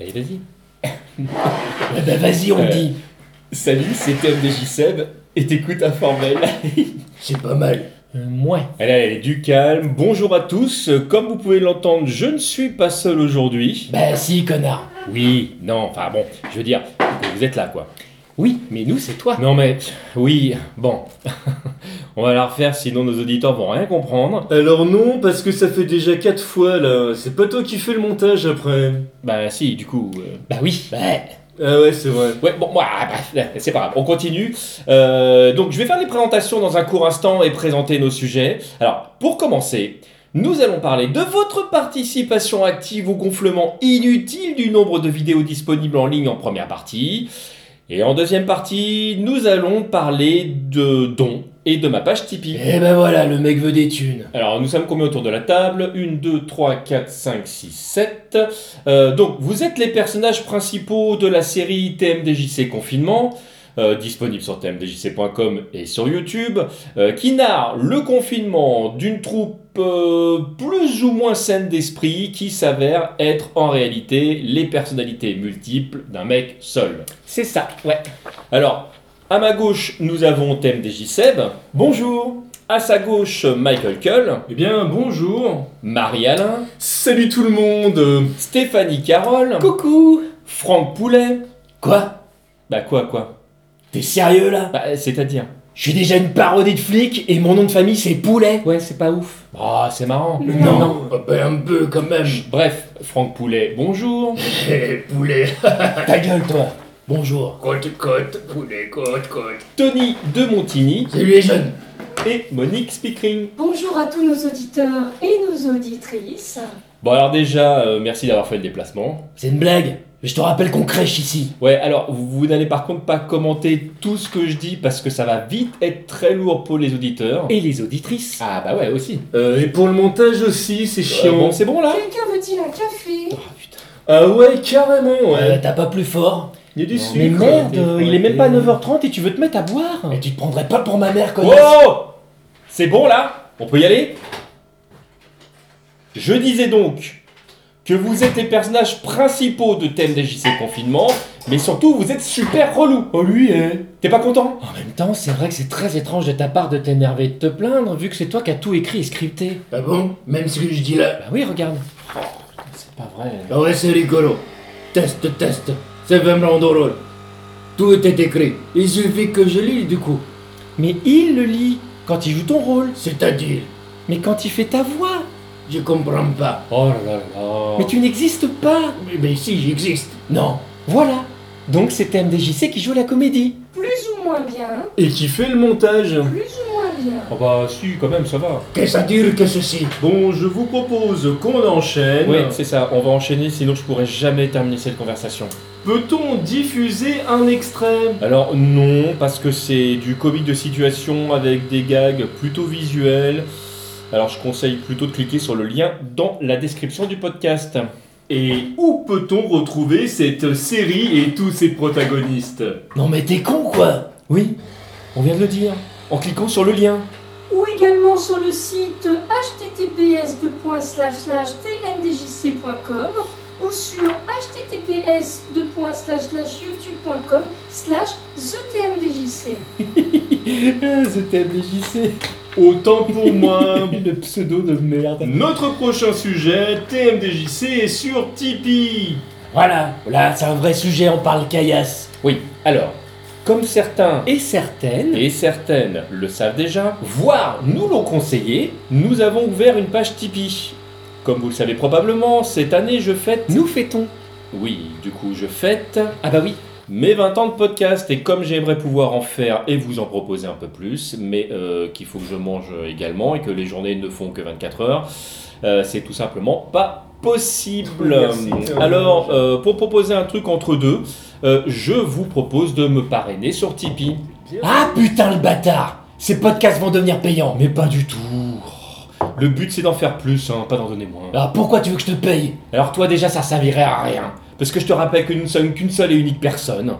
Allez, vas-y. Eh ben, vas-y, on Euh. dit. Salut, c'est TMDJ Seb et t'écoutes informel. C'est pas mal. Mouais. Allez, allez, du calme. Bonjour à tous. Comme vous pouvez l'entendre, je ne suis pas seul aujourd'hui. Bah si, connard. Oui, non, enfin bon, je veux dire, vous êtes là quoi. Oui, mais nous, c'est toi. Non mais, oui, bon. On va la refaire sinon nos auditeurs vont rien comprendre. Alors non, parce que ça fait déjà 4 fois là, c'est pas toi qui fais le montage après. Bah si, du coup. euh, Bah oui. Bah, Ah ouais, c'est vrai. Ouais, bon, bah, bref, c'est pas grave, on continue. Euh, donc, je vais faire les présentations dans un court instant et présenter nos sujets. Alors, pour commencer, nous allons parler de votre participation active au gonflement inutile du nombre de vidéos disponibles en ligne en première partie. Et en deuxième partie, nous allons parler de dons et de ma page Tipeee. eh ben voilà, le mec veut des thunes. Alors, nous sommes combien autour de la table 1, 2, 3, 4, 5, 6, 7. Euh, donc, vous êtes les personnages principaux de la série TMDJC Confinement, euh, disponible sur tmdjc.com et sur YouTube, euh, qui narre le confinement d'une troupe euh, plus ou moins saine d'esprit qui s'avère être en réalité les personnalités multiples d'un mec seul. C'est ça, ouais. Alors, à ma gauche, nous avons TMDJ Seb. Bonjour À sa gauche, Michael Cull. Eh bien, bonjour. Marie-Alain, Salut tout le monde. Stéphanie Carole, Coucou Franck Poulet. Quoi Bah quoi quoi T'es sérieux, là Bah c'est-à-dire Je suis déjà une parodie de flic et mon nom de famille, c'est Poulet. Ouais, c'est pas ouf. Oh, c'est marrant. Non, non. Ah ben, un peu, quand même. Bref, Franck Poulet, bonjour. poulet, Ta gueule, toi. Bonjour. côte, côte, poulet, côte, côte. Tony de Montigny Salut les jeunes. et Monique Spickering. Bonjour à tous nos auditeurs et nos auditrices. Bon alors déjà, euh, merci d'avoir fait le déplacement. C'est une blague. Mais je te rappelle qu'on crèche ici. Ouais, alors vous, vous n'allez par contre pas commenter tout ce que je dis parce que ça va vite être très lourd pour les auditeurs. Et les auditrices. Ah bah ouais aussi. Euh, et pour le montage aussi, c'est Euh, chiant. bon, c'est bon là Quelqu'un veut-il un café Ah, putain. Ah ouais, carrément, Euh, ouais. T'as pas plus fort. Il y a du non, sucre. mais merde, Ouais. il est même pas 9h30 et tu veux te mettre à boire Mais tu te prendrais pas pour ma mère, connasse. Oh C'est bon là On peut y aller Je disais donc que vous êtes les personnages principaux de TMDJC Confinement, mais surtout vous êtes super relou. Oh lui, eh. T'es pas content En même temps, c'est vrai que c'est très étrange de ta part de t'énerver et de te plaindre, vu que c'est toi qui as tout écrit et scripté. Ah bon Même ce que je dis là Bah oui, regarde. Bah C'est pas vrai. Ah ouais, c'est rigolo. Test, test. Ça va me rendre drôle. Tout est écrit. Il suffit que je lise du coup. Mais il le lit quand il joue ton rôle, C'est-à-dire, mais quand il fait ta voix. je comprends pas. Oh là là Mais tu n'existes pas. Mais, mais si, j'existe. Non. Voilà. Donc c'est MDJC qui joue la comédie. Plus ou moins bien, Et qui fait le montage plus ou moins bien. Oh bah si, quand même, ça va. Qu'est-ce à dire que ceci Bon, je vous propose qu'on enchaîne. Ouais, c'est ça, on va enchaîner, sinon je pourrais jamais terminer cette conversation. Peut-on diffuser un extrait Alors non, parce que c'est du comique de situation avec des gags plutôt visuels. Alors je conseille plutôt de cliquer sur le lien dans la description du podcast. Et où peut-on retrouver cette série et tous ses protagonistes Non mais t'es con quoi. Oui, on vient de le dire. En cliquant sur le lien. Ou également sur le site https://tndjc.com ou sur https://youtube.com slash tmdjc. C'était MDJC. Autant pour moi. Le pseudo de merde. Notre prochain sujet, TMDJC, est sur Tipeee. Voilà. Là, c'est un vrai sujet. On parle caillasse. Oui, alors, comme certains Et certaines. et certaines le savent déjà, voire nous l'ont conseillé, nous avons ouvert une page Tipeee. Comme vous le savez probablement, cette année je fête... Nous fêtons. Oui, du coup je fête Ah bah oui. mes 20 ans de podcast et comme j'aimerais pouvoir en faire et vous en proposer un peu plus, mais euh, qu'il faut que je mange également et que les journées ne font que 24 heures, euh, c'est tout simplement pas possible. Merci. Alors, euh, pour proposer un truc entre deux, euh, je vous propose de me parrainer sur Tipeee. Ah putain le bâtard. Ces podcasts vont devenir payants. Mais pas du tout. Oh, Le but c'est d'en faire plus, hein, pas d'en donner moins. Alors pourquoi tu veux que je te paye Alors toi déjà ça servirait à rien, parce que je te rappelle que nous ne sommes qu'une seule et unique personne.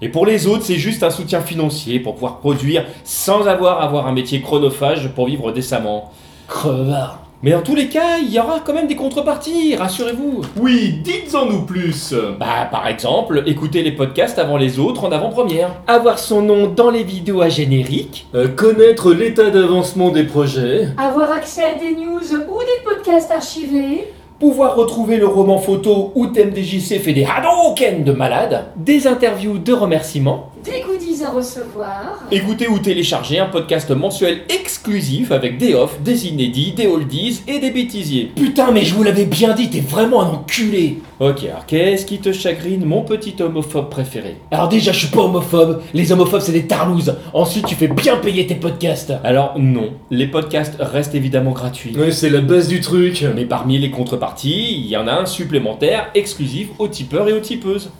Et pour les autres, c'est juste un soutien financier pour pouvoir produire sans avoir à avoir un métier chronophage pour vivre décemment. Crevard. Mais en tous les cas, il y aura quand même des contreparties, rassurez-vous. Oui, dites-en nous plus. Bah, par exemple, écouter les podcasts avant les autres en avant-première. Avoir son nom dans les vidéos à générique. Euh, connaître l'état d'avancement des projets. Avoir accès à des news ou des podcasts archivés. Pouvoir retrouver le roman photo où TMDJC fait des Hadoken de malade. Des interviews de remerciements. Des goodies à recevoir. Écouter ou télécharger un podcast mensuel exclusif avec des offs, des inédits, des oldies et des bêtisiers. Putain, mais je vous l'avais bien dit, t'es vraiment un enculé. Ok, alors qu'est-ce qui te chagrine, mon petit homophobe préféré Alors déjà, je suis pas homophobe. Les homophobes, c'est des tarlouses. Ensuite, tu fais bien payer tes podcasts. Alors non, les podcasts restent évidemment gratuits. Ouais, c'est la base du truc. Mais parmi les contreparties, il y en a un supplémentaire exclusif aux tipeurs et aux tipeuses.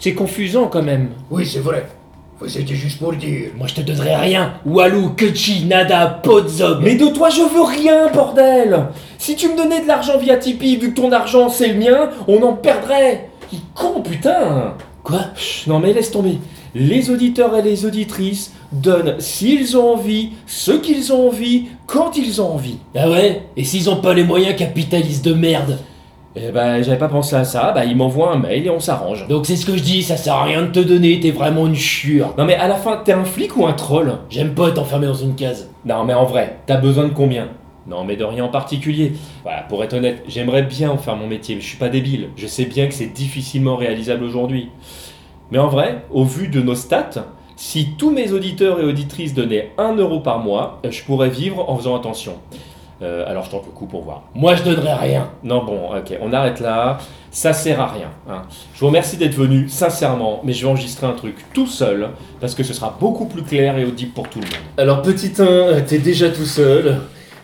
C'est confusant quand même. Oui, c'est vrai. Ouais, C'était juste pour le dire. Moi, je te donnerai rien. Walou, Kutchi, Nada, Podzob. Mais de toi, je veux rien, bordel Si tu me donnais de l'argent via Tipeee, vu que ton argent c'est le mien, on en perdrait Il con, putain Quoi Chut, Non mais laisse tomber. Les auditeurs et les auditrices donnent s'ils ont envie, ce qu'ils ont envie, quand ils ont envie. Ah ouais Et s'ils ont pas les moyens capitalistes de merde Eh ben, j'avais pas pensé à ça, bah ils m'envoient un mail et on s'arrange. Donc c'est ce que je dis, ça sert à rien de te donner, t'es vraiment une chiure. Non mais à la fin, t'es un flic ou un troll J'aime pas t'enfermer dans une case. Non mais en vrai, t'as besoin de combien non mais de rien en particulier. Voilà, pour être honnête, j'aimerais bien en faire mon métier, mais je suis pas débile. Je sais bien que c'est difficilement réalisable aujourd'hui. Mais en vrai, au vu de nos stats, si tous mes auditeurs et auditrices donnaient 1 euro par mois, euh, je pourrais vivre en faisant attention. Euh, alors je tente le coup pour voir. Moi, je donnerai rien. Non bon, ok, on arrête là. Ça sert à rien. hein. Je vous remercie d'être venu, sincèrement, mais je vais enregistrer un truc tout seul, parce que ce sera beaucoup plus clair et audible pour tout le monde. Alors, petit 1, t'es déjà tout seul.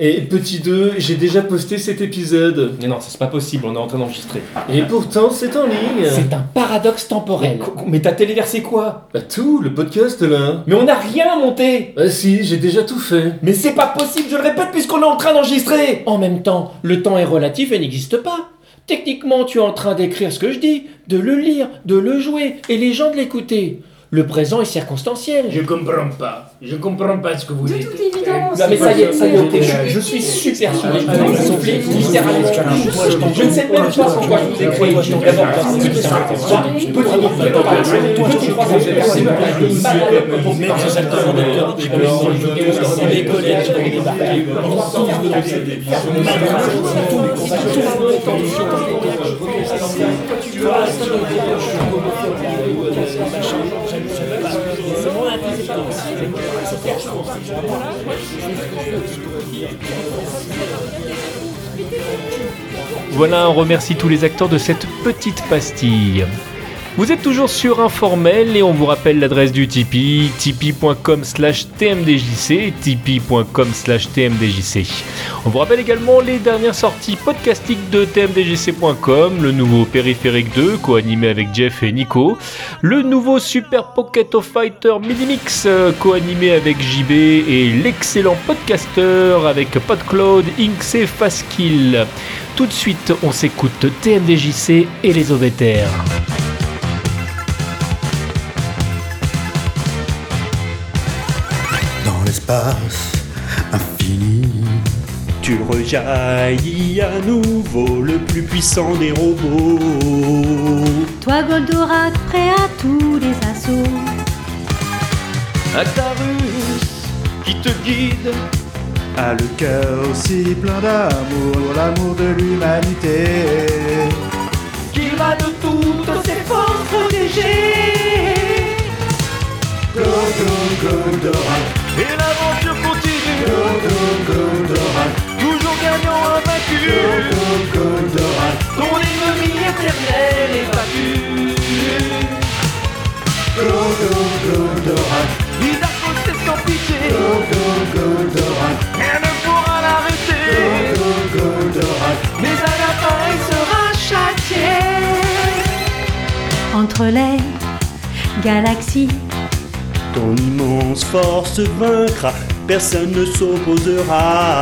Et petit 2, j'ai déjà posté cet épisode. Mais non, ça, c'est pas possible, on est en train d'enregistrer. Et pourtant, c'est en ligne. C'est un paradoxe temporel. Qu- qu- Mais t'as téléversé quoi Bah, tout, le podcast là. Mais on n'a rien monté Ah, si, j'ai déjà tout fait. Mais c'est pas possible, je le répète, puisqu'on est en train d'enregistrer En même temps, le temps est relatif et n'existe pas. Techniquement, tu es en train d'écrire ce que je dis, de le lire, de le jouer, et les gens de l'écouter. Le présent est circonstanciel. Je comprends pas. Je comprends pas ce que vous De dites. toute évidence. Non mais ça y est, ça y est, ok, c'est- je, je suis super sûr. Ah, Je ah, vous ah, souffle littéralement. Je suis- Je ne sais même pas pourquoi je vous ai créé. Je suis d'abord dans cette petite histoire. Petit bout de temps, petit croissant, c'est pas possible. Une balade pour faire un salto en hauteur. Et puis, on joue des choses, on les connaît, on les débarque. On sort de la tête. Voilà, on remercie tous les acteurs de cette petite pastille. Vous êtes toujours sur Informel et on vous rappelle l'adresse du Tipeee, tipeee.com slash tmdjc, tipeee.com slash tmdjc. On vous rappelle également les dernières sorties podcastiques de tmdjc.com, le nouveau Périphérique 2, co-animé avec Jeff et Nico, le nouveau Super Pocket of Fighter Minimix, euh, co-animé avec JB, et l'excellent podcasteur avec PodCloud, Inks et Faskill. Tout de suite, on s'écoute TMDJC et les OVTR. dans l'espace infini. Tu rejaillis à nouveau le plus puissant des robots. Toi Goldorak, prêt à tous les assauts. Actarus qui te guide. A le cœur aussi plein d'amour, l'amour de l'humanité. Qui va de toutes ses forces protéger. Go, go, Goldorak. Et l'aventure continue. Go, go, Goldorak. Toujours gagnant invaincu. Go, go, Goldorak. Ton ennemi éternel est vaincu. L'Idarco c'est sans pitié Rien ne pourra l'arrêter Mais à la fin il sera châtié Entre les galaxies, Ton immense force vaincra Personne ne s'opposera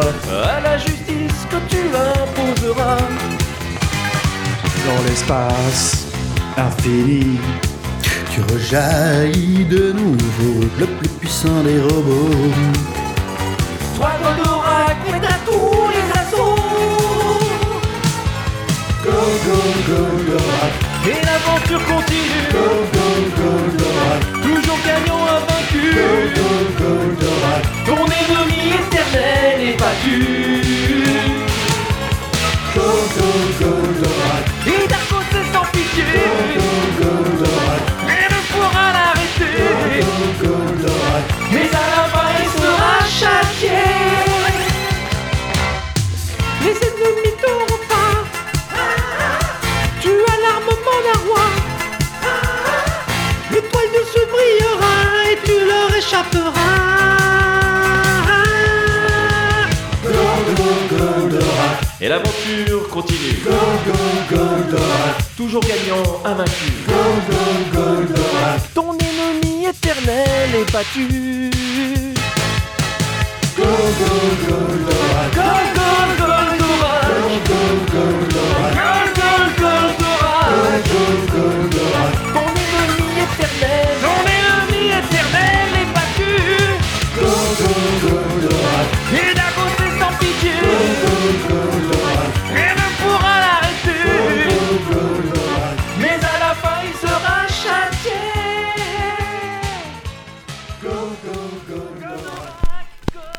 À la justice que tu imposeras Dans l'espace infini Tu rejaillis de nouveau, le plus puissant des robots. Toi, Goldorak, prête à tous Et l'aventure continue Toujours gagnant invaincu Ton ennemi éternel est battu Et Darko c'est sans pitié Mais ne pourra l'arrêter Mais à la fin il sera châtié Les ennemis t'auront pas tu as l'armement d'un roi. L'étoile de ce brillera et tu leur échapperas. Et l'aventure continue. Toujours gagnant, invaincu. Ton ennemi éternel est battu. Go, go, Goldorak. Go, go, Goldorak. Ton ennemi éternel. Ton ennemi éternel est battu. Et d'un côté sans pitié. Rien ne pourra l'arrêter. Mais à la fin, il sera châtié.